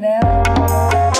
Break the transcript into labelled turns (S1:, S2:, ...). S1: Música